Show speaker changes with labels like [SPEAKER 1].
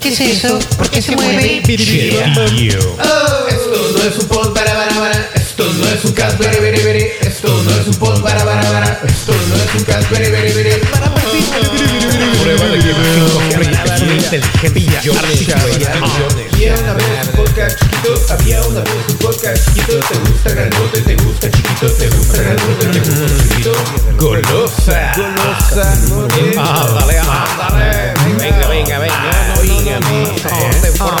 [SPEAKER 1] ¿Qué es eso? ¿Por qué se mueve?
[SPEAKER 2] Oh, esto no es un pod, para, para, para. Esto no es un cast, bere, bere, bere. Esto no es un pod, para, para, para. Esto no es un cast, bere, bere, bere.
[SPEAKER 3] Prueba de que inteligente.
[SPEAKER 2] Había una vez un podcast chiquito, había una vez un podcast chiquito. Te gusta grandote, te gusta chiquito, te gusta grandote, te gusta chiquito. Golosa. Golosa.
[SPEAKER 3] Ándale, ándale. Venga, venga, venga. Oígame. En forma